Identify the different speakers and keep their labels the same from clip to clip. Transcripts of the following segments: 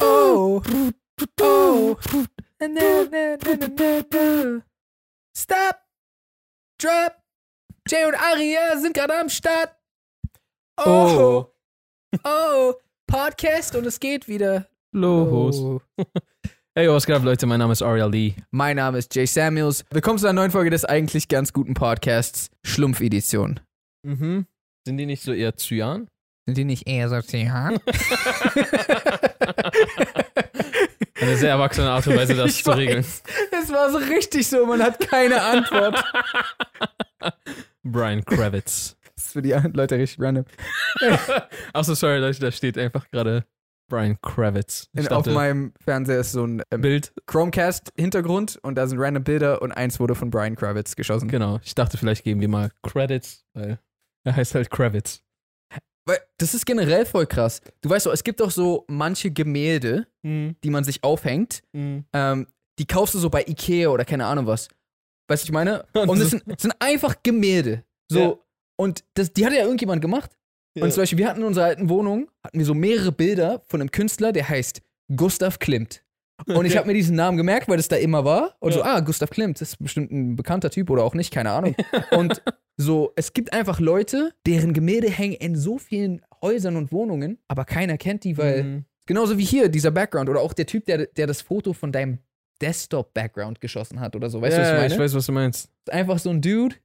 Speaker 1: Oh. Oh.
Speaker 2: Stop! Drop! Jay und Aria sind gerade am Start.
Speaker 1: Oh.
Speaker 2: Oh, Podcast und es geht wieder.
Speaker 1: Los. Hey, was geht ab, Leute? Mein Name ist Ariel Lee.
Speaker 2: Mein Name ist Jay Samuels. Willkommen zu einer neuen Folge des eigentlich ganz guten Podcasts Schlumpf-Edition.
Speaker 1: Mhm. Sind die nicht so eher Cyan?
Speaker 2: Sind die nicht eher so zehn?
Speaker 1: Eine sehr erwachsene Art und Weise, das
Speaker 2: Ich
Speaker 1: zu regeln.
Speaker 2: weiß. Es war so richtig so, man hat keine Antwort.
Speaker 1: Brian Kravitz.
Speaker 2: Das ist für die Leute richtig random.
Speaker 1: Achso, sorry, Leute, da steht einfach gerade Brian Kravitz. Ich
Speaker 2: In, auf
Speaker 1: dachte,
Speaker 2: meinem Fernseher ist so ein ähm,
Speaker 1: Bild,
Speaker 2: Chromecast-Hintergrund und da sind random Bilder und eins wurde von Brian Kravitz geschossen.
Speaker 1: genau. Ich dachte, vielleicht geben wir mal Credits, weil er heißt halt Kravitz.
Speaker 2: Weil das ist generell voll krass. Du weißt doch, es gibt doch so manche Gemälde,
Speaker 1: Mhm,
Speaker 2: die man sich aufhängt. Ähm, die kaufst du so bei Ikea oder keine Ahnung was. Weißt du, ich meine?
Speaker 1: Und
Speaker 2: Und
Speaker 1: so-
Speaker 2: es sind, es sind einfach Gemälde. So.
Speaker 1: Ja.
Speaker 2: Und das, die hat ja irgendjemand gemacht. Und zum Beispiel, wir hatten in unserer alten Wohnung, hatten wir so mehrere Bilder von einem Künstler, der heißt Gustav Klimt. Und ich
Speaker 1: Okay.
Speaker 2: habe mir diesen Namen gemerkt, weil das da immer war. Und so,
Speaker 1: Ja.
Speaker 2: ah, Gustav Klimt, das ist bestimmt ein bekannter Typ oder auch nicht, keine Ahnung. und so, es gibt einfach Leute, deren Gemälde hängen in so vielen Häusern und Wohnungen, aber keiner kennt die, weil
Speaker 1: Mhm.
Speaker 2: genauso wie hier dieser Background oder auch der Typ, der, der das Foto von deinem Desktop-Background geschossen hat oder so. Weißt
Speaker 1: ja,
Speaker 2: du, was ich meine?
Speaker 1: ich weiß, was du meinst.
Speaker 2: ist einfach so ein Dude.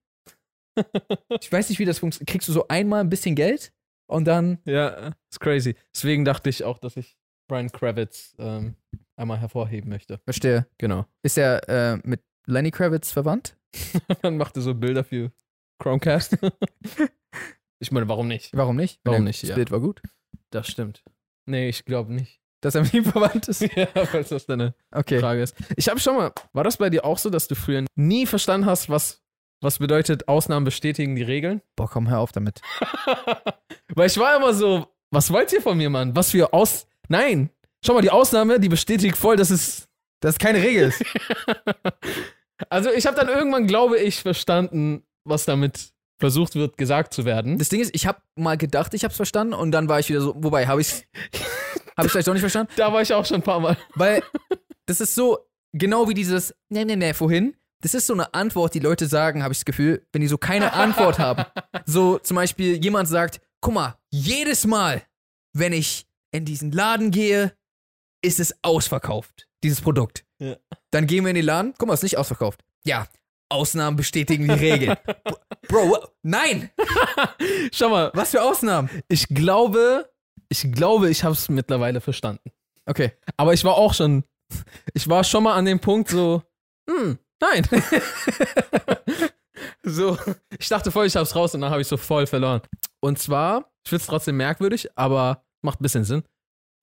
Speaker 2: ich weiß nicht, wie das funktioniert. Kriegst du so einmal ein bisschen Geld und dann.
Speaker 1: Ja, ist crazy. Deswegen dachte ich auch, dass ich Brian Kravitz ähm, einmal hervorheben möchte.
Speaker 2: Verstehe.
Speaker 1: Genau.
Speaker 2: Ist er äh, mit Lenny Kravitz verwandt?
Speaker 1: Dann macht er so Bilder für Chromecast. ich meine, warum nicht?
Speaker 2: Warum nicht?
Speaker 1: Warum
Speaker 2: Der-
Speaker 1: nicht,
Speaker 2: Das
Speaker 1: ja.
Speaker 2: Bild war gut.
Speaker 1: Das stimmt. Nee, ich glaube nicht.
Speaker 2: Dass er mit ihm verwandt ist.
Speaker 1: ja, falls das deine
Speaker 2: Okay.
Speaker 1: Frage ist. Ich habe schon mal, war das bei dir auch so, dass du früher nie verstanden hast, was, was bedeutet, Ausnahmen bestätigen die Regeln?
Speaker 2: Boah, komm, hör auf damit.
Speaker 1: Weil ich war immer so, was wollt ihr von mir, Mann? Was für Aus... Nein! Schau mal, die Ausnahme, die bestätigt voll, dass es...
Speaker 2: Das ist keine Regel.
Speaker 1: Also ich habe dann irgendwann, glaube ich, verstanden, was damit versucht wird, gesagt zu werden.
Speaker 2: das Ding ist, ich habe mal gedacht, ich habe es verstanden und dann war ich wieder so, wobei, habe ich es hab ich's vielleicht doch nicht verstanden?
Speaker 1: Da war ich auch schon ein paar Mal.
Speaker 2: Weil das ist so, genau wie dieses, ne, ne, ne, vorhin. Das ist so eine Antwort, die Leute sagen, habe ich das Gefühl, wenn die so keine Antwort haben. So zum Beispiel jemand sagt, guck mal, jedes Mal, wenn ich in diesen Laden gehe, ist es ausverkauft, dieses Produkt.
Speaker 1: Ja.
Speaker 2: Dann gehen wir in den Laden, guck mal, es ist nicht ausverkauft. Ja, Ausnahmen bestätigen die Regel. Bro, wa- nein,
Speaker 1: Schau mal,
Speaker 2: was für Ausnahmen?
Speaker 1: ich glaube, ich glaube, ich habe es mittlerweile verstanden.
Speaker 2: Okay,
Speaker 1: Aber ich war auch schon, ich war schon mal an dem Punkt so, hm, nein. so, ich dachte voll, ich hab's raus und dann habe ich so voll verloren. Und zwar, ich find's trotzdem merkwürdig, aber macht ein bisschen Sinn.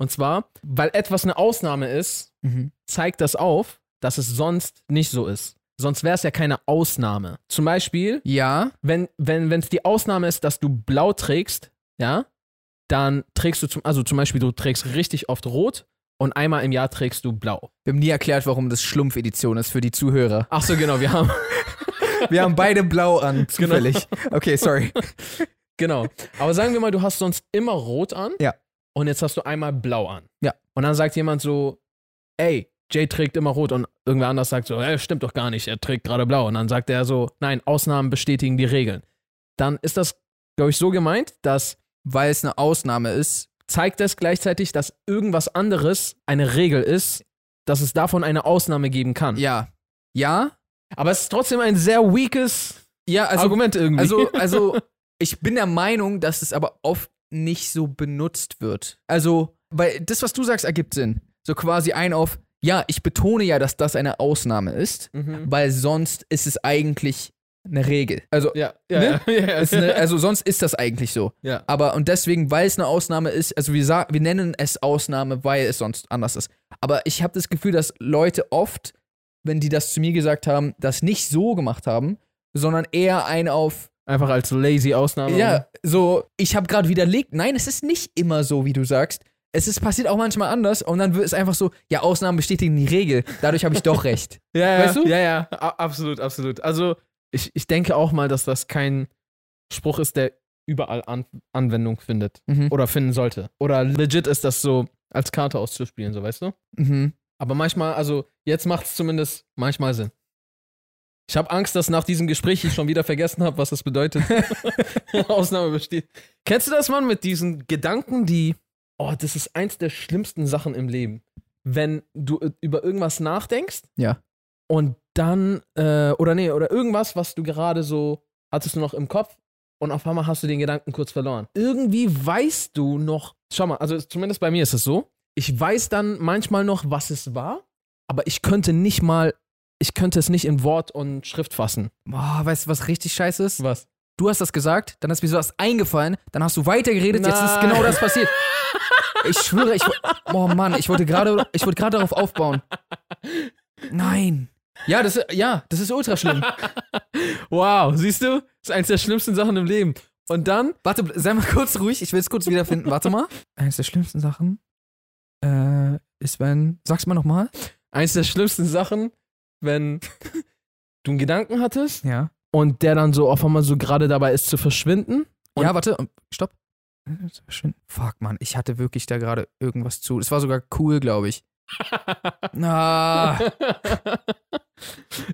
Speaker 1: Und zwar, weil etwas eine Ausnahme ist,
Speaker 2: Mhm.
Speaker 1: zeigt das auf, dass es sonst nicht so ist. Sonst wäre es ja keine Ausnahme. Zum Beispiel,
Speaker 2: ja,
Speaker 1: wenn wenn es die Ausnahme ist, dass du blau trägst, ja, dann trägst du zum also zum Beispiel du trägst richtig oft rot und einmal im Jahr trägst du blau.
Speaker 2: wir haben nie erklärt, warum das Schlumpf-Edition ist für die Zuhörer.
Speaker 1: Ach so genau, wir haben
Speaker 2: Wir haben beide blau an, zufällig. Okay, sorry.
Speaker 1: genau. Aber sagen wir mal, du hast sonst immer rot an.
Speaker 2: Ja.
Speaker 1: Und jetzt hast du einmal blau an.
Speaker 2: Ja.
Speaker 1: Und dann sagt jemand so, ey Jay trägt immer rot und irgendwer anders sagt so, ey, stimmt doch gar nicht, er trägt gerade blau. Und dann sagt er so, nein, Ausnahmen bestätigen die Regeln. Dann ist das, glaube ich, so gemeint, dass
Speaker 2: Weil es eine Ausnahme ist.
Speaker 1: zeigt es gleichzeitig, dass irgendwas anderes eine Regel ist, dass es davon eine Ausnahme geben kann.
Speaker 2: Ja. Ja?
Speaker 1: Aber es ist trotzdem ein sehr weakes
Speaker 2: Ja, also,
Speaker 1: Argument irgendwie.
Speaker 2: also, also ich bin der Meinung, dass es aber oft nicht so benutzt wird. Also, weil das, was du sagst, ergibt Sinn. So quasi ein auf, ja, ich betone ja, dass das eine Ausnahme ist,
Speaker 1: Mhm.
Speaker 2: weil sonst ist es eigentlich eine Regel. Also,
Speaker 1: ja, ja,
Speaker 2: Ne?
Speaker 1: ja, ja,
Speaker 2: es ist eine, also sonst ist das eigentlich so.
Speaker 1: ja.
Speaker 2: Aber und deswegen, weil es eine Ausnahme ist, also wir, sa- wir nennen es Ausnahme, weil es sonst anders ist. Aber ich habe das Gefühl, dass Leute oft, wenn die das zu mir gesagt haben, das nicht so gemacht haben, sondern eher ein auf,
Speaker 1: Einfach als lazy Ausnahme.
Speaker 2: ja, so, ich habe gerade widerlegt. Nein, es ist nicht immer so, wie du sagst. Es ist, passiert auch manchmal anders und dann wird es einfach so, ja, Ausnahmen bestätigen die Regel. Dadurch habe ich doch recht.
Speaker 1: ja, ja,
Speaker 2: Weißt du?
Speaker 1: Ja, ja, a- absolut, absolut. Also ich, ich denke auch mal, dass das kein Spruch ist, der überall An Anwendung findet
Speaker 2: Mhm.
Speaker 1: oder finden sollte. Oder legit ist das so als Karte auszuspielen, so weißt du?
Speaker 2: Mhm.
Speaker 1: Aber manchmal, also jetzt macht es zumindest manchmal Sinn. Ich habe Angst, dass nach diesem Gespräch ich schon wieder vergessen habe, was das bedeutet. Ausnahme besteht. Kennst du das, Mann, mit diesen Gedanken, die, oh, das ist eins der schlimmsten Sachen im Leben. Wenn du äh, über irgendwas nachdenkst
Speaker 2: Ja.
Speaker 1: und dann, äh, oder nee, oder irgendwas, was du gerade so, hattest du noch im Kopf und auf einmal hast du den Gedanken kurz verloren. Irgendwie weißt du noch, schau mal, also zumindest bei mir ist es so, ich weiß dann manchmal noch, was es war, aber ich könnte nicht mal, ich könnte es nicht in Wort und Schrift fassen.
Speaker 2: Boah, weißt du, was richtig scheiße ist?
Speaker 1: Was?
Speaker 2: Du hast das gesagt, dann ist mir sowas eingefallen, dann hast du weitergeredet, jetzt ist
Speaker 1: Nein.
Speaker 2: genau das passiert. Ich schwöre, ich. wo- Oh Mann, ich wollte gerade ich wollte gerade darauf aufbauen. Nein. Ja, das, ja, das ist ultra schlimm.
Speaker 1: Wow, siehst du? Das ist eins der schlimmsten Sachen im Leben. Und dann,
Speaker 2: Warte, bl- sei mal kurz ruhig, ich will es kurz wiederfinden. Warte mal. Eines der schlimmsten Sachen äh, ist, wenn. Sag's mal nochmal.
Speaker 1: eins der schlimmsten Sachen, wenn du einen Gedanken hattest
Speaker 2: Ja.
Speaker 1: und der dann so auf einmal so gerade dabei ist zu verschwinden. Und-
Speaker 2: ja, warte, und- stopp. Schön. Fuck, Mann, ich hatte wirklich da gerade irgendwas zu. Es war sogar cool, glaube ich. Ah. Na.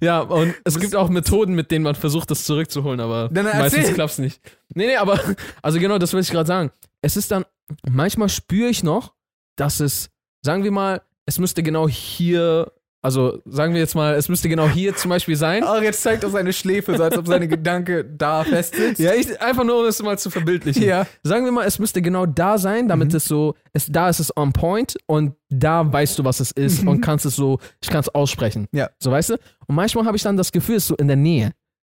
Speaker 1: Ja, und es gibt auch Methoden, mit denen man versucht, das zurückzuholen, aber
Speaker 2: Nein, nein,
Speaker 1: meistens
Speaker 2: erzähl.
Speaker 1: klappt's nicht. Nee, nee, aber, also genau, das will ich gerade sagen. Es ist dann, manchmal spüre ich noch, dass es, sagen wir mal, es müsste genau hier, also sagen wir jetzt mal, es müsste genau hier zum Beispiel sein.
Speaker 2: Ach, jetzt zeigt er seine Schläfe, so als ob seine Gedanke da fest sitzt.
Speaker 1: Ja, ich, einfach nur, um es mal zu verbildlichen.
Speaker 2: Ja.
Speaker 1: Sagen wir mal, es müsste genau da sein, damit
Speaker 2: Mhm.
Speaker 1: es so, es, da ist es on point und da weißt du, was es ist und kannst es so, ich kann es aussprechen.
Speaker 2: Mhm. Ja.
Speaker 1: So, weißt du? Und manchmal habe ich dann das Gefühl, es ist so in der Nähe.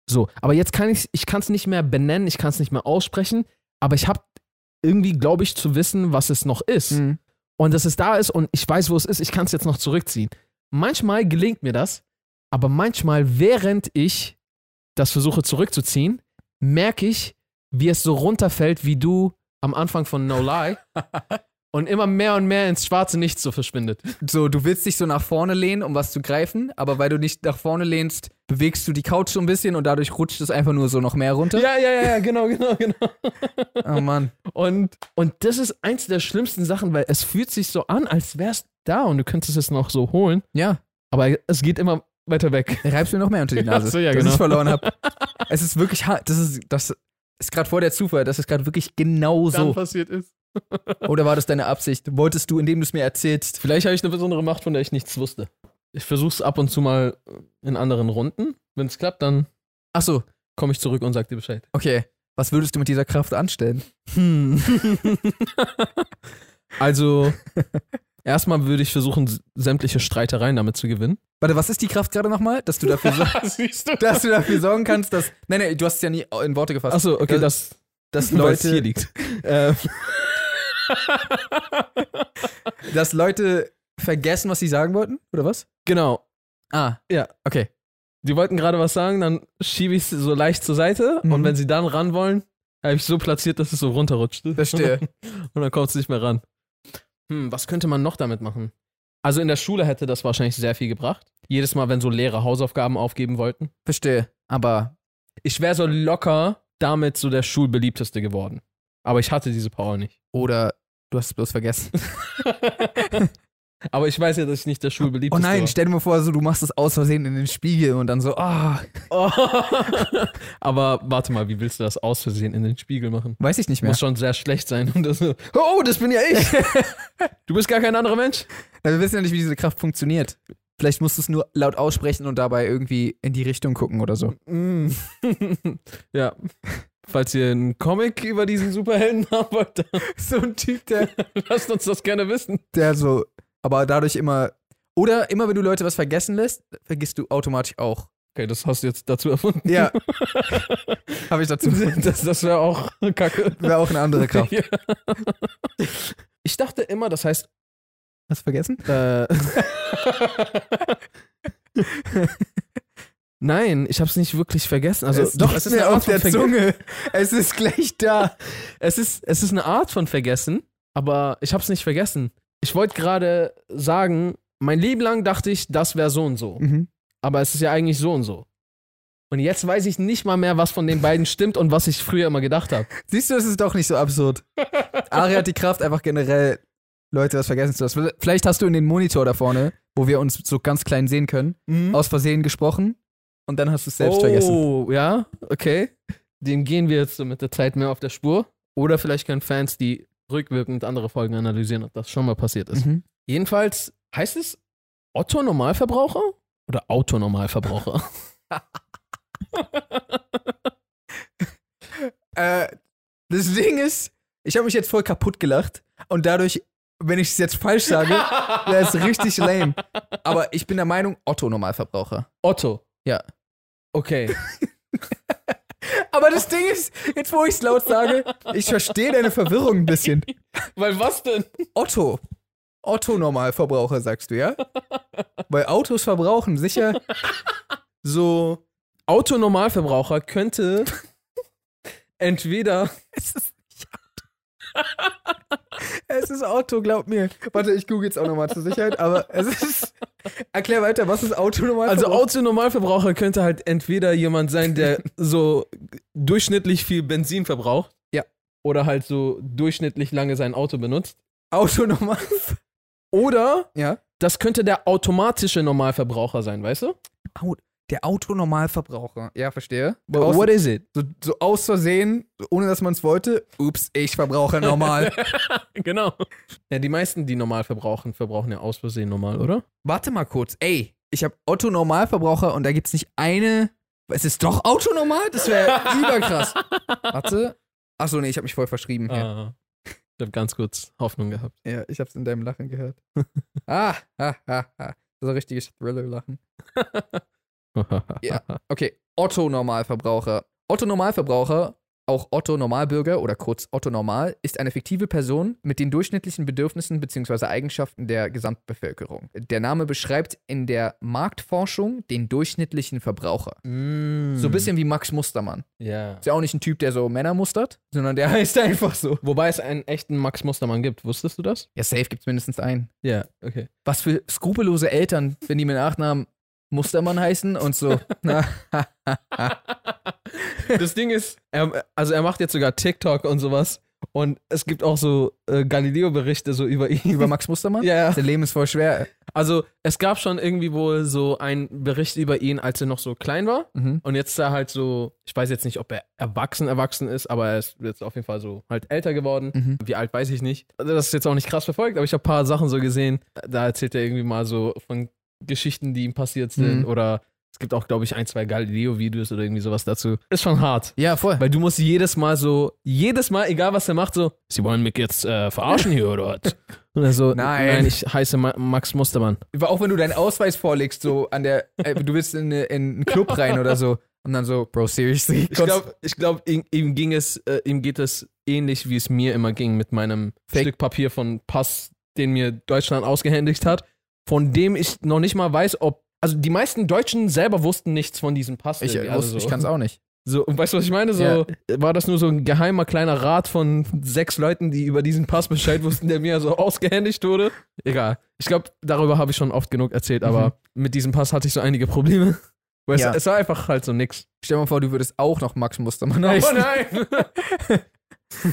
Speaker 1: So, aber jetzt kann ich, ich kann es nicht mehr benennen, ich kann es nicht mehr aussprechen, aber ich habe irgendwie, glaube ich, zu wissen, was es noch ist.
Speaker 2: Mhm.
Speaker 1: Und dass es da ist und ich weiß, wo es ist, ich kann es jetzt noch zurückziehen. Manchmal gelingt mir das, aber manchmal, während ich das versuche zurückzuziehen, merke ich, wie es so runterfällt, wie du am Anfang von No Lie und immer mehr und mehr ins schwarze Nichts so verschwindet.
Speaker 2: So, du willst dich so nach vorne lehnen, um was zu greifen, aber weil du nicht nach vorne lehnst, bewegst du die Couch so ein bisschen und dadurch rutscht es einfach nur so noch mehr runter.
Speaker 1: Ja, ja, ja, ja, genau, genau, genau.
Speaker 2: Oh Mann.
Speaker 1: Und, und das ist eins der schlimmsten Sachen, weil es fühlt sich so an, als wär's da und du könntest es noch so holen,
Speaker 2: Ja,
Speaker 1: aber es geht immer weiter weg.
Speaker 2: er reibst mir noch mehr unter die Nase,
Speaker 1: Ach so, ja,
Speaker 2: dass
Speaker 1: genau.
Speaker 2: ich verloren habe. es ist wirklich hart. Das ist, das ist gerade vor der Zufall. Das ist gerade wirklich genau so.
Speaker 1: passiert ist.
Speaker 2: Oder war das deine Absicht? Wolltest du, indem du es mir erzählst?
Speaker 1: Vielleicht habe ich eine besondere Macht, von der ich nichts wusste. Ich versuche es ab und zu mal äh, in anderen Runden. Wenn es klappt, dann
Speaker 2: Ach so,
Speaker 1: komme ich zurück und sag dir Bescheid.
Speaker 2: okay. Was würdest du mit dieser Kraft anstellen?
Speaker 1: Hm. also, erstmal würde ich versuchen, s- sämtliche Streitereien damit zu gewinnen.
Speaker 2: Warte, was ist die Kraft gerade nochmal? Dass du dafür so
Speaker 1: Siehst du?
Speaker 2: dass du dafür sorgen kannst, dass. Nein, nein, du hast es ja nie in Worte gefasst.
Speaker 1: Achso, okay,
Speaker 2: dass,
Speaker 1: das,
Speaker 2: dass
Speaker 1: weil es hier
Speaker 2: Leute,
Speaker 1: liegt.
Speaker 2: äh, dass Leute vergessen, was sie sagen wollten, oder was?
Speaker 1: Genau.
Speaker 2: Ah,
Speaker 1: Ja.
Speaker 2: okay.
Speaker 1: Die wollten gerade was sagen, dann schiebe ich sie so leicht zur Seite.
Speaker 2: Mhm.
Speaker 1: Und wenn sie dann ran wollen, habe ich so platziert, dass es so runterrutscht.
Speaker 2: Verstehe.
Speaker 1: Und dann kommt es nicht mehr ran. Hm, was könnte man noch damit machen? Also in der Schule hätte das wahrscheinlich sehr viel gebracht. Jedes Mal, wenn so Lehrer Hausaufgaben aufgeben wollten.
Speaker 2: Verstehe. Aber
Speaker 1: Ich wäre so locker damit so der Schulbeliebteste geworden. Aber ich hatte diese Power nicht.
Speaker 2: oder du hast es bloß vergessen.
Speaker 1: Aber ich weiß ja, dass ich nicht der
Speaker 2: Oh
Speaker 1: Schulbeliebteste
Speaker 2: nein, stell dir mal vor, so du machst es aus Versehen in den Spiegel und dann so, ah,
Speaker 1: war. Aber warte mal, wie willst du das aus Versehen in den Spiegel machen?
Speaker 2: weiß ich nicht mehr.
Speaker 1: Muss schon sehr schlecht sein. Und das so, oh, das bin ja ich. du bist gar kein anderer Mensch.
Speaker 2: Na, wir wissen ja nicht, wie diese Kraft funktioniert. Vielleicht musst du es nur laut aussprechen und dabei irgendwie in die Richtung gucken oder so.
Speaker 1: Mm. ja. Falls ihr einen Comic über diesen Superhelden haben wollt, dann
Speaker 2: So ein Typ, der
Speaker 1: lasst uns das gerne wissen.
Speaker 2: der so, aber dadurch immer. Oder immer wenn du Leute was vergessen lässt, vergisst du automatisch auch.
Speaker 1: Okay, das hast du jetzt dazu erfunden.
Speaker 2: Ja. Habe ich dazu.
Speaker 1: Das, das wäre auch kacke.
Speaker 2: Wäre auch eine andere Kraft.
Speaker 1: Ja. Ich dachte immer, das heißt.
Speaker 2: Hast du vergessen?
Speaker 1: Äh, Nein, ich habe es nicht wirklich vergessen. Also doch, es ist eine Art von Verge-
Speaker 2: Zunge. Es ist gleich da.
Speaker 1: Es ist, es ist eine Art von Vergessen, aber ich habe es nicht vergessen. Ich wollte gerade sagen, mein Leben lang dachte ich, das wäre so und so.
Speaker 2: Mhm.
Speaker 1: Aber es ist ja eigentlich so und so. Und jetzt weiß ich nicht mal mehr, was von den beiden stimmt und was ich früher immer gedacht habe.
Speaker 2: Siehst du, es ist doch nicht so absurd. Ari hat die Kraft, einfach generell Leute was vergessen zu lassen. Vielleicht hast du in den Monitor da vorne, wo wir uns so ganz klein sehen können, aus Versehen gesprochen und dann hast du es selbst
Speaker 1: Mhm. oh,
Speaker 2: vergessen.
Speaker 1: ja, okay. Dem gehen wir jetzt so mit der Zeit mehr auf der Spur. Oder vielleicht können Fans, die rückwirkend andere Folgen analysieren, ob das schon mal passiert ist.
Speaker 2: Mhm.
Speaker 1: Jedenfalls heißt es Otto Normalverbraucher oder Autonormalverbraucher?
Speaker 2: Äh, das Ding ist, ich habe mich jetzt voll kaputt gelacht und dadurch, wenn ich es jetzt falsch sage, wäre es richtig lame. Aber ich bin der Meinung, Otto Normalverbraucher.
Speaker 1: Otto.
Speaker 2: Ja.
Speaker 1: Okay.
Speaker 2: Aber das Ding ist, jetzt wo ich es laut sage, ich verstehe deine Verwirrung ein bisschen.
Speaker 1: Weil was denn?
Speaker 2: Otto. Otto Normalverbraucher, sagst du, ja? Weil Autos verbrauchen sicher so.
Speaker 1: Autonormalverbraucher könnte entweder.
Speaker 2: Es ist nicht Auto. Es ist Auto, glaub mir. Warte, ich google jetzt auch nochmal zur Sicherheit, aber es ist. Erklär weiter, was ist Auto
Speaker 1: Also
Speaker 2: Normalverbraucher?
Speaker 1: Autonormalverbraucher könnte halt entweder jemand sein, der so durchschnittlich viel Benzin verbraucht.
Speaker 2: Ja.
Speaker 1: Oder halt so durchschnittlich lange sein Auto benutzt.
Speaker 2: Auto Normal.
Speaker 1: Oder
Speaker 2: Ja.
Speaker 1: das könnte der automatische Normalverbraucher sein, weißt du?
Speaker 2: Au- Der Auto Normalverbraucher. Ja, verstehe.
Speaker 1: But what is it?
Speaker 2: so, so aus Versehen, ohne dass man es wollte. Ups, ich verbrauche normal.
Speaker 1: Genau. Ja, die meisten, die normal verbrauchen, verbrauchen ja aus Versehen normal, oder?
Speaker 2: Warte mal kurz. Ey, ich habe Otto Normalverbraucher und da gibt's nicht eine. Es ist doch Auto Normal? Das wäre überkrass. Warte. Achso, nee, ich habe mich voll verschrieben. hier.
Speaker 1: Ah. Ich habe ganz kurz Hoffnung gehabt.
Speaker 2: Ja, ich hab's in deinem Lachen gehört. ah, ha, ha, ha. Das ist ein richtiges Thriller-Lachen. Ja. Okay, Otto Normalverbraucher. Otto Normalverbraucher, auch Otto Normalbürger oder kurz Otto Normal, ist eine fiktive Person mit den durchschnittlichen Bedürfnissen bzw. Eigenschaften der Gesamtbevölkerung. Der Name beschreibt in der Marktforschung den durchschnittlichen Verbraucher.
Speaker 1: Mm.
Speaker 2: So
Speaker 1: Mhm.
Speaker 2: ein bisschen wie Max Mustermann.
Speaker 1: Ja.
Speaker 2: Ist ja auch nicht ein Typ, der so Männer mustert, sondern der heißt einfach so.
Speaker 1: Wobei es einen echten Max Mustermann gibt. Wusstest du das?
Speaker 2: Ja, safe gibt's mindestens einen.
Speaker 1: Ja, okay.
Speaker 2: was für skrupellose Eltern, wenn die mit Nachnamen Mustermann heißen und so. Na,
Speaker 1: Das Ding ist, er, also er macht jetzt sogar TikTok und sowas. Und es gibt auch so äh, Galileo-Berichte so über ihn.
Speaker 2: über Max Mustermann?
Speaker 1: ja.
Speaker 2: Sein Leben ist voll schwer.
Speaker 1: Also es gab schon irgendwie wohl so einen Bericht über ihn, als er noch so klein war.
Speaker 2: Mhm.
Speaker 1: Und jetzt ist er halt so, ich weiß jetzt nicht, ob er erwachsen erwachsen ist, aber er ist jetzt auf jeden Fall so halt älter geworden.
Speaker 2: Mhm.
Speaker 1: Wie alt, weiß ich nicht. Also das ist jetzt auch nicht krass verfolgt, aber ich habe ein paar Sachen so gesehen. Da erzählt er irgendwie mal so von Geschichten, die ihm passiert sind.
Speaker 2: Mhm.
Speaker 1: Oder es gibt auch, glaube ich, ein, zwei Galileo-Videos oder irgendwie sowas dazu. Ist schon hart.
Speaker 2: Ja, voll.
Speaker 1: Weil du musst jedes Mal so, jedes Mal, egal was er macht, so, sie wollen mich jetzt äh, verarschen hier oder was? Und er so,
Speaker 2: Nein.
Speaker 1: nein ich heiße Ma Max Mustermann.
Speaker 2: Auch wenn du deinen Ausweis vorlegst, so an der, äh, du willst in, eine- in einen Club rein oder so. Und dann so, Bro, seriously.
Speaker 1: Ich glaube, ich glaub, ihm, ihm ging es, äh, ihm geht es ähnlich, wie es mir immer ging mit meinem
Speaker 2: Fake-
Speaker 1: Stück Papier von Pass, den mir Deutschland ausgehändigt hat, von dem ich noch nicht mal weiß, ob also die meisten Deutschen selber wussten nichts von diesem Pass.
Speaker 2: ich,
Speaker 1: irgendwie,
Speaker 2: also
Speaker 1: also
Speaker 2: ich
Speaker 1: so.
Speaker 2: kann es auch nicht.
Speaker 1: so, und weißt du, was ich meine? So
Speaker 2: Ja.
Speaker 1: war das nur so ein geheimer kleiner Rat von sechs Leuten, die über diesen Pass Bescheid wussten, der mir so ausgehändigt wurde. Egal. Ich glaube, darüber habe ich schon oft genug erzählt, aber mit diesem Pass hatte ich so einige Probleme. Weil
Speaker 2: Mhm. Ja.
Speaker 1: es, es war einfach halt so nix.
Speaker 2: Stell dir mal vor, du würdest auch noch Max Mustermann heißen.
Speaker 1: nein!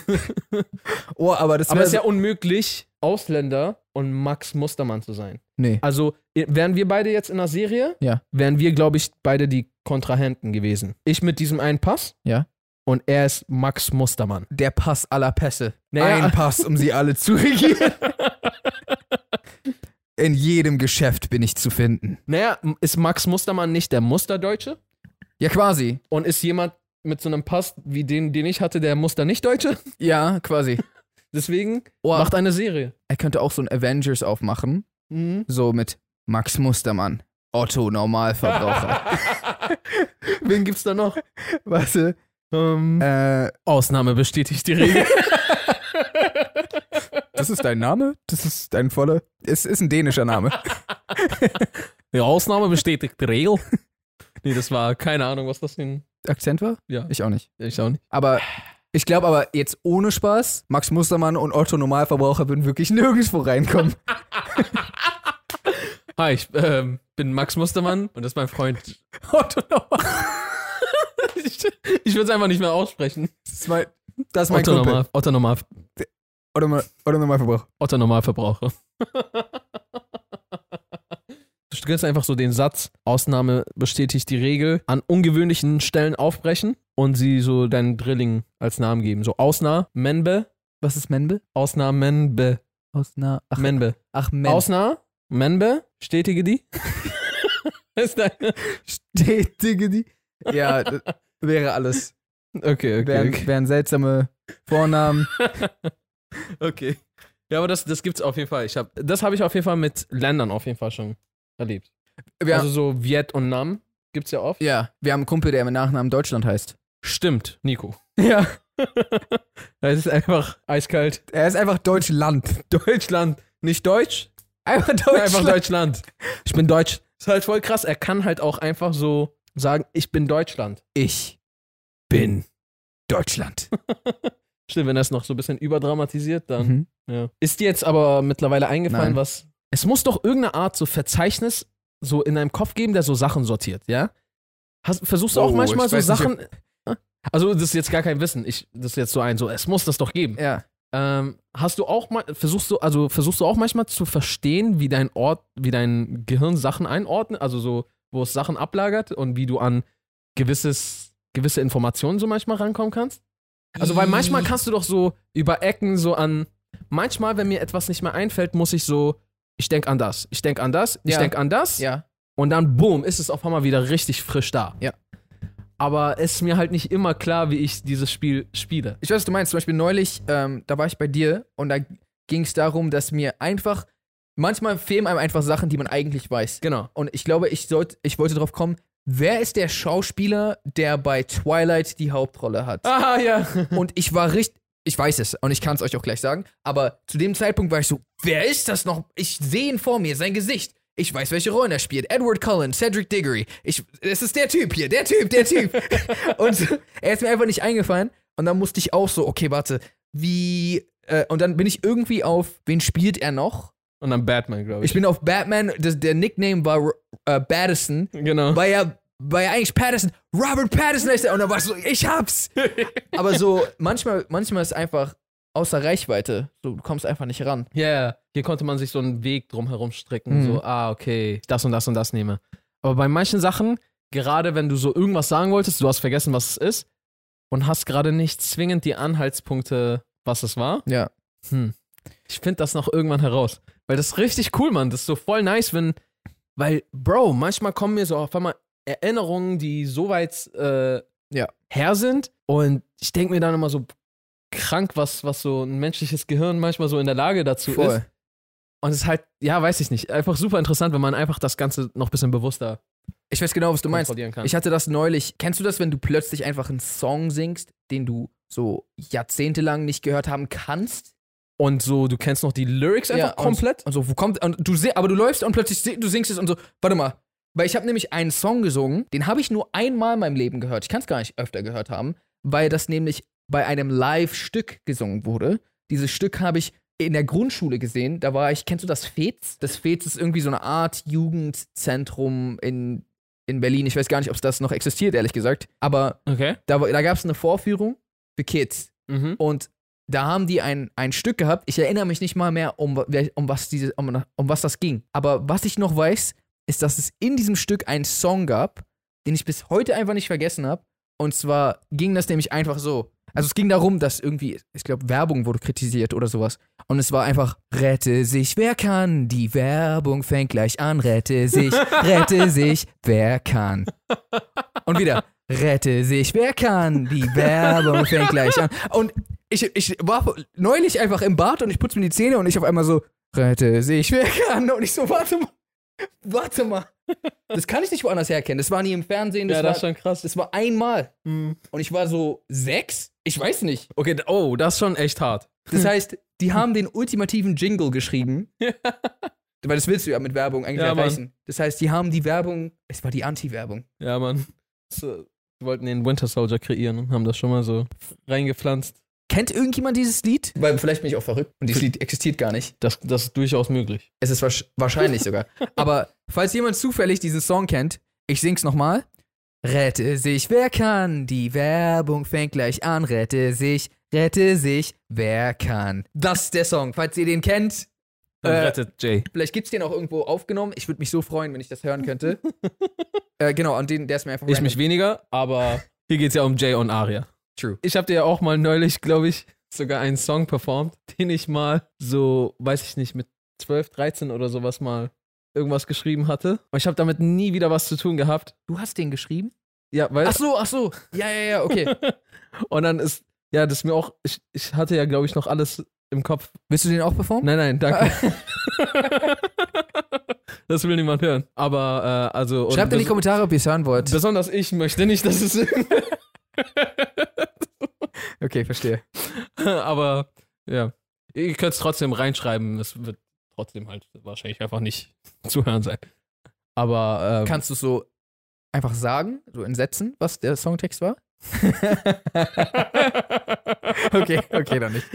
Speaker 2: Oh, aber das
Speaker 1: Aber
Speaker 2: wäre.
Speaker 1: es ist ja unmöglich, Ausländer und Max Mustermann zu sein.
Speaker 2: nee.
Speaker 1: Also i- wären wir beide jetzt in einer Serie,
Speaker 2: Ja.
Speaker 1: wären wir, glaube ich, beide die Kontrahenten gewesen. Ich mit diesem einen Pass
Speaker 2: Ja.
Speaker 1: und er ist Max Mustermann.
Speaker 2: Der Pass aller Pässe.
Speaker 1: Naja.
Speaker 2: Ein Pass, um sie alle zu regieren. in jedem Geschäft bin ich zu finden.
Speaker 1: Naja, m- ist Max Mustermann nicht der Musterdeutsche?
Speaker 2: Ja, quasi.
Speaker 1: Und ist jemand mit so einem Pass wie den, den ich hatte, der Muster nicht Deutsche?
Speaker 2: Ja, quasi.
Speaker 1: Deswegen
Speaker 2: Oh,
Speaker 1: macht eine Serie.
Speaker 2: er könnte auch so ein Avengers aufmachen, so mit Max Mustermann, Otto Normalverbraucher.
Speaker 1: Wen gibt's da noch? Ähm,
Speaker 2: Warte. Äh,
Speaker 1: Ausnahme bestätigt die Regel.
Speaker 2: das ist dein Name? Das ist dein voller? Es ist ein dänischer Name.
Speaker 1: Die Ausnahme bestätigt die Regel. Nee, das war keine Ahnung, was das denn.
Speaker 2: Akzent war?
Speaker 1: Ja,
Speaker 2: Ich auch nicht.
Speaker 1: ich auch nicht.
Speaker 2: Aber ich glaube aber jetzt ohne Spaß, Max Mustermann und Otto Normalverbraucher würden wirklich nirgendwo reinkommen.
Speaker 1: Hi, ich ähm, bin Max Mustermann und das ist mein Freund.
Speaker 2: Otto Normal.
Speaker 1: ich würde es einfach nicht mehr aussprechen.
Speaker 2: Das ist mein, das ist mein
Speaker 1: Otto,
Speaker 2: Kumpel.
Speaker 1: Normal, Otto, Normal,
Speaker 2: Oder, mal- oder Normalverbrauch.
Speaker 1: Otto Normalverbraucher. Du kannst einfach so den Satz, Ausnahme bestätigt die Regel, an ungewöhnlichen Stellen aufbrechen und sie so deinen Drilling als Namen geben. So Ausnahme, Menbe,
Speaker 2: Was ist Menbe?
Speaker 1: Ausnahme, Menbe,
Speaker 2: Aus einer. Ach,
Speaker 1: Menbe.
Speaker 2: ach
Speaker 1: Men.
Speaker 2: Men.
Speaker 1: Ausnahme, Menbe, stetige die. ist deine.
Speaker 2: Stetige die. Ja, das wäre alles.
Speaker 1: Okay,
Speaker 2: wären,
Speaker 1: okay.
Speaker 2: wären seltsame Vornamen.
Speaker 1: okay. Ja, aber das, das gibt's auf jeden Fall. Ich hab, das habe ich auf jeden Fall mit Ländern auf jeden Fall schon erlebt.
Speaker 2: Wir
Speaker 1: Also so Viet und Nam gibt's ja oft.
Speaker 2: ja, wir haben einen Kumpel, der mit Nachnamen Deutschland heißt.
Speaker 1: Stimmt, Nico.
Speaker 2: Ja.
Speaker 1: Das ist einfach eiskalt.
Speaker 2: Er ist einfach Deutschland.
Speaker 1: Deutschland. Nicht Deutsch,
Speaker 2: Einfach Deutschland.
Speaker 1: einfach Deutschland. Ich bin Deutsch. Ist halt voll krass. Er kann halt auch einfach so sagen, ich bin Deutschland.
Speaker 2: Ich
Speaker 1: Bin.
Speaker 2: Deutschland.
Speaker 1: Stimmt, wenn er es noch so ein bisschen überdramatisiert, dann.
Speaker 2: Mhm.
Speaker 1: Ja. Ist dir jetzt aber mittlerweile eingefallen,
Speaker 2: Nein.
Speaker 1: was. Es muss doch irgendeine Art so Verzeichnis so in deinem Kopf geben, der so Sachen sortiert, ja? Hast, versuchst du auch
Speaker 2: Oh,
Speaker 1: manchmal
Speaker 2: ich
Speaker 1: so
Speaker 2: weiß nicht,
Speaker 1: Sachen. also, das ist jetzt gar kein Wissen. Ich, das ist jetzt so ein, so, es muss das doch geben.
Speaker 2: Ja.
Speaker 1: Ähm, hast du auch mal, versuchst du, also versuchst du auch manchmal zu verstehen, wie dein Ort, wie dein Gehirn Sachen einordnet, also so, wo es Sachen ablagert und wie du an gewisses, gewisse Informationen so manchmal rankommen kannst? Also, weil manchmal
Speaker 2: Mhm.
Speaker 1: kannst du doch so über Ecken so an, manchmal, wenn mir etwas nicht mehr einfällt, muss ich so, ich denk an das, ich denk an das, ich
Speaker 2: Ja.
Speaker 1: denk an das
Speaker 2: Ja.
Speaker 1: und dann boom, ist es auf einmal wieder richtig frisch da.
Speaker 2: Ja.
Speaker 1: Aber es ist mir halt nicht immer klar, wie ich dieses Spiel spiele.
Speaker 2: Ich weiß, was du meinst. Zum Beispiel neulich, ähm, da war ich bei dir und da ging es darum, dass mir einfach. Manchmal fehlen einem einfach Sachen, die man eigentlich weiß.
Speaker 1: Genau.
Speaker 2: Und ich glaube, ich, sollte, ich wollte drauf kommen, wer ist der Schauspieler, der bei Twilight die Hauptrolle hat?
Speaker 1: Ah, ja.
Speaker 2: Und ich war richtig. Ich weiß es und ich kann es euch auch gleich sagen. Aber zu dem Zeitpunkt war ich so: Wer ist das noch? Ich sehe ihn vor mir, sein Gesicht. Ich weiß, welche Rollen er spielt. Edward Cullen, Cedric Diggory. Ich, es ist der Typ hier, der Typ, der Typ. und er ist mir einfach nicht eingefallen. Und dann musste ich auch so: Okay, warte, wie. Äh, und dann bin ich irgendwie auf, wen spielt er noch?
Speaker 1: Und dann Batman, glaube ich.
Speaker 2: Ich bin auf Batman, das, der Nickname war äh, Battison,
Speaker 1: Genau.
Speaker 2: war ja, war ja eigentlich Patterson. Robert Patterson heißt er. Und dann war ich so, ich hab's. Aber so, manchmal, manchmal ist einfach außer Reichweite. So, du kommst einfach nicht ran.
Speaker 1: Ja, yeah. hier konnte man sich so einen Weg drumherum stricken.
Speaker 2: Mhm.
Speaker 1: So, ah, okay, das und das und das nehme. Aber bei manchen Sachen, gerade wenn du so irgendwas sagen wolltest, du hast vergessen, was es ist und hast gerade nicht zwingend die Anhaltspunkte, was es war. Hm.
Speaker 2: Ja.
Speaker 1: Ich finde das noch irgendwann heraus. Weil das ist richtig cool, Mann. Das ist so voll nice, wenn. Weil, Bro, manchmal kommen mir so auf einmal Erinnerungen, die so weit äh,
Speaker 2: Ja.
Speaker 1: her sind. Und ich denke mir dann immer so krank, was, was so ein menschliches Gehirn manchmal so in der Lage dazu ist.
Speaker 2: Voll.
Speaker 1: Und es ist halt, ja, weiß ich nicht, einfach super interessant, wenn man einfach das Ganze noch ein bisschen bewusster
Speaker 2: Ich weiß genau, was du meinst.
Speaker 1: kontrollieren kann.
Speaker 2: Ich hatte das neulich. Kennst du das, wenn du plötzlich einfach einen Song singst, den du so jahrzehntelang nicht gehört haben kannst?
Speaker 1: und so, du kennst noch die Lyrics einfach
Speaker 2: und-
Speaker 1: komplett.
Speaker 2: Und so, wo kommt, und du seh, aber du läufst und plötzlich seh- du singst es und so, warte mal. Weil ich habe nämlich einen Song gesungen, den habe ich nur einmal in meinem Leben gehört. Ich kann es gar nicht öfter gehört haben, weil das nämlich bei einem Live-Stück gesungen wurde. Dieses Stück habe ich in der Grundschule gesehen. Da war ich, kennst du das Fez? Das Fez ist irgendwie so eine Art Jugendzentrum in, in Berlin. Ich weiß gar nicht, ob es das noch existiert, ehrlich gesagt. Aber
Speaker 1: Okay.
Speaker 2: da, war- da gab es eine Vorführung für Kids.
Speaker 1: Mhm.
Speaker 2: Und da haben die ein, ein Stück gehabt. Ich erinnere mich nicht mal mehr, um, wel- um, was diese, um, um was das ging. Aber was ich noch weiß, ist, dass es in diesem Stück einen Song gab, den ich bis heute einfach nicht vergessen habe. Und zwar ging das nämlich einfach so. Also es ging darum, dass irgendwie, ich glaube, Werbung wurde kritisiert oder sowas. Und es war einfach, rette sich, wer kann. Die Werbung fängt gleich an. Rette sich, rette sich, wer kann. Und wieder, rette sich, wer kann. Die Werbung fängt gleich an. Und ich, ich war neulich einfach im Bad und ich putze mir die Zähne und ich auf einmal so, rette sich, wer kann. Und ich so, warte mal, warte mal. Das kann ich nicht woanders herkennen. Das war nie im Fernsehen. Das,
Speaker 1: Ja, das ist
Speaker 2: war,
Speaker 1: schon krass.
Speaker 2: das mm. war einmal. Und ich war so sechs? Ich weiß nicht.
Speaker 1: Okay, d- oh, das ist schon echt hart.
Speaker 2: Das heißt, die haben den ultimativen Jingle geschrieben. Weil das willst du ja mit Werbung eigentlich
Speaker 1: Ja, Mann.
Speaker 2: erreichen. Das heißt, die haben die Werbung, es war die Anti-Werbung.
Speaker 1: Ja, Mann. So, Die wollten den Winter Soldier kreieren und haben das schon mal so reingepflanzt.
Speaker 2: Kennt irgendjemand dieses Lied? Weil vielleicht bin ich auch verrückt und dieses Lied existiert gar nicht.
Speaker 1: Das, das ist durchaus möglich.
Speaker 2: Es ist wahrsch- wahrscheinlich sogar. Aber falls jemand zufällig diesen Song kennt, ich sing's nochmal. Rette sich, wer kann? Die Werbung fängt gleich an. Rette sich, rette sich, wer kann? Das ist der Song. Falls ihr den kennt,
Speaker 1: Dann
Speaker 2: Äh,
Speaker 1: rettet Jay.
Speaker 2: vielleicht gibt's den auch irgendwo aufgenommen. Ich würde mich so freuen, wenn ich das hören könnte. äh, genau, und den, der ist mir einfach
Speaker 1: Ich
Speaker 2: random.
Speaker 1: mich weniger, aber hier geht's ja um Jay und Aria.
Speaker 2: True.
Speaker 1: Ich habe dir ja auch mal neulich, glaube ich, sogar einen Song performt, den ich mal so, weiß ich nicht, mit 12, 13 oder sowas mal irgendwas geschrieben hatte. Und ich habe damit nie wieder was zu tun gehabt.
Speaker 2: Du hast den geschrieben?
Speaker 1: Ja, weil
Speaker 2: Äh, Ach so, ach so. Ja, ja, ja, okay.
Speaker 1: Und dann ist, ja, das ist mir auch, ich, ich hatte ja, glaube ich, noch alles im Kopf.
Speaker 2: Willst du den auch performen?
Speaker 1: Nein, nein, danke.
Speaker 2: Ah.
Speaker 1: das will niemand hören. Aber, äh, also. und
Speaker 2: Schreibt in die
Speaker 1: bes-
Speaker 2: Kommentare, ob ihr es hören wollt.
Speaker 1: Besonders ich möchte nicht, dass es.
Speaker 2: Okay, verstehe.
Speaker 1: aber, ja. Ihr könnt es trotzdem reinschreiben. Es wird trotzdem halt wahrscheinlich einfach nicht zu hören sein. Aber, ähm,
Speaker 2: Kannst du so einfach sagen, so in Sätzen, was der Songtext war? Okay, okay, dann nicht.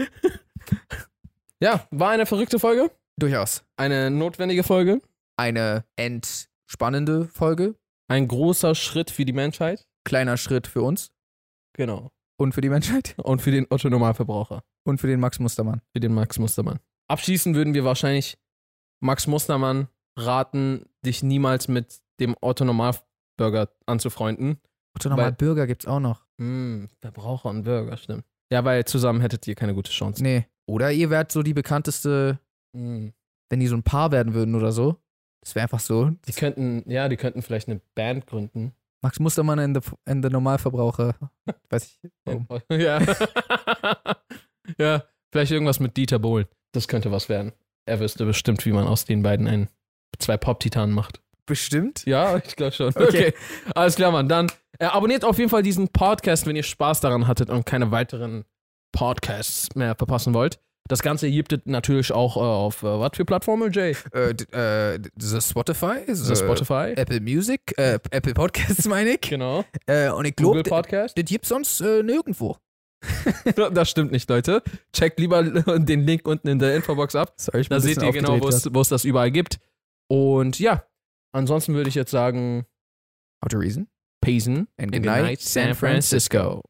Speaker 1: ja, war eine verrückte Folge.
Speaker 2: Durchaus.
Speaker 1: Eine notwendige Folge.
Speaker 2: Eine entspannende Folge.
Speaker 1: Ein großer Schritt für die Menschheit.
Speaker 2: Kleiner Schritt für uns
Speaker 1: Genau.
Speaker 2: und für die Menschheit
Speaker 1: Und für den Otto Normalverbraucher.
Speaker 2: und für den Max Mustermann.
Speaker 1: für den Max Mustermann. Abschließend würden wir wahrscheinlich Max Mustermann raten, dich niemals mit dem Otto Normalburger anzufreunden.
Speaker 2: Otto
Speaker 1: Normal
Speaker 2: Normal Bürger gibt's auch noch.
Speaker 1: Hm, Verbraucher und Burger, stimmt. Ja, weil zusammen hättet ihr keine gute Chance.
Speaker 2: Nee. Oder ihr wärt so die bekannteste,
Speaker 1: Hm.
Speaker 2: wenn die so ein Paar werden würden oder so. Das wäre einfach so.
Speaker 1: Die könnten, ja, die könnten vielleicht eine Band gründen.
Speaker 2: Max Mustermann in the, in the Normalverbraucher. Weiß ich. Warum?
Speaker 1: Ja. Oh. ja, vielleicht irgendwas mit Dieter Bohlen. Das könnte was werden. Er wüsste bestimmt, wie man aus den beiden einen, zwei Pop-Titanen macht.
Speaker 2: Bestimmt.
Speaker 1: Ja, ich glaube schon. Okay.
Speaker 2: Okay.
Speaker 1: Alles klar, Mann. Dann äh, abonniert auf jeden Fall diesen Podcast, wenn ihr Spaß daran hattet und keine weiteren Podcasts mehr verpassen wollt. Das Ganze gibt es natürlich auch äh, auf äh, was für Plattformen, Jay?
Speaker 2: Äh, d- äh, d- the Spotify.
Speaker 1: Ist das Spotify?
Speaker 2: Apple Music. Äh, Apple Podcasts meine ich.
Speaker 1: Genau.
Speaker 2: Äh, und ich
Speaker 1: Google
Speaker 2: glaube,
Speaker 1: Podcast?
Speaker 2: das gibt's sonst äh, nirgendwo.
Speaker 1: das stimmt nicht, Leute. Checkt lieber den Link unten in der Infobox ab.
Speaker 2: Sorry, ich
Speaker 1: Da seht ihr genau, wo es wo es das überall gibt. Und ja, ansonsten würde ich jetzt sagen,
Speaker 2: Auto Reason.
Speaker 1: Peace in
Speaker 2: And good night, San Francisco.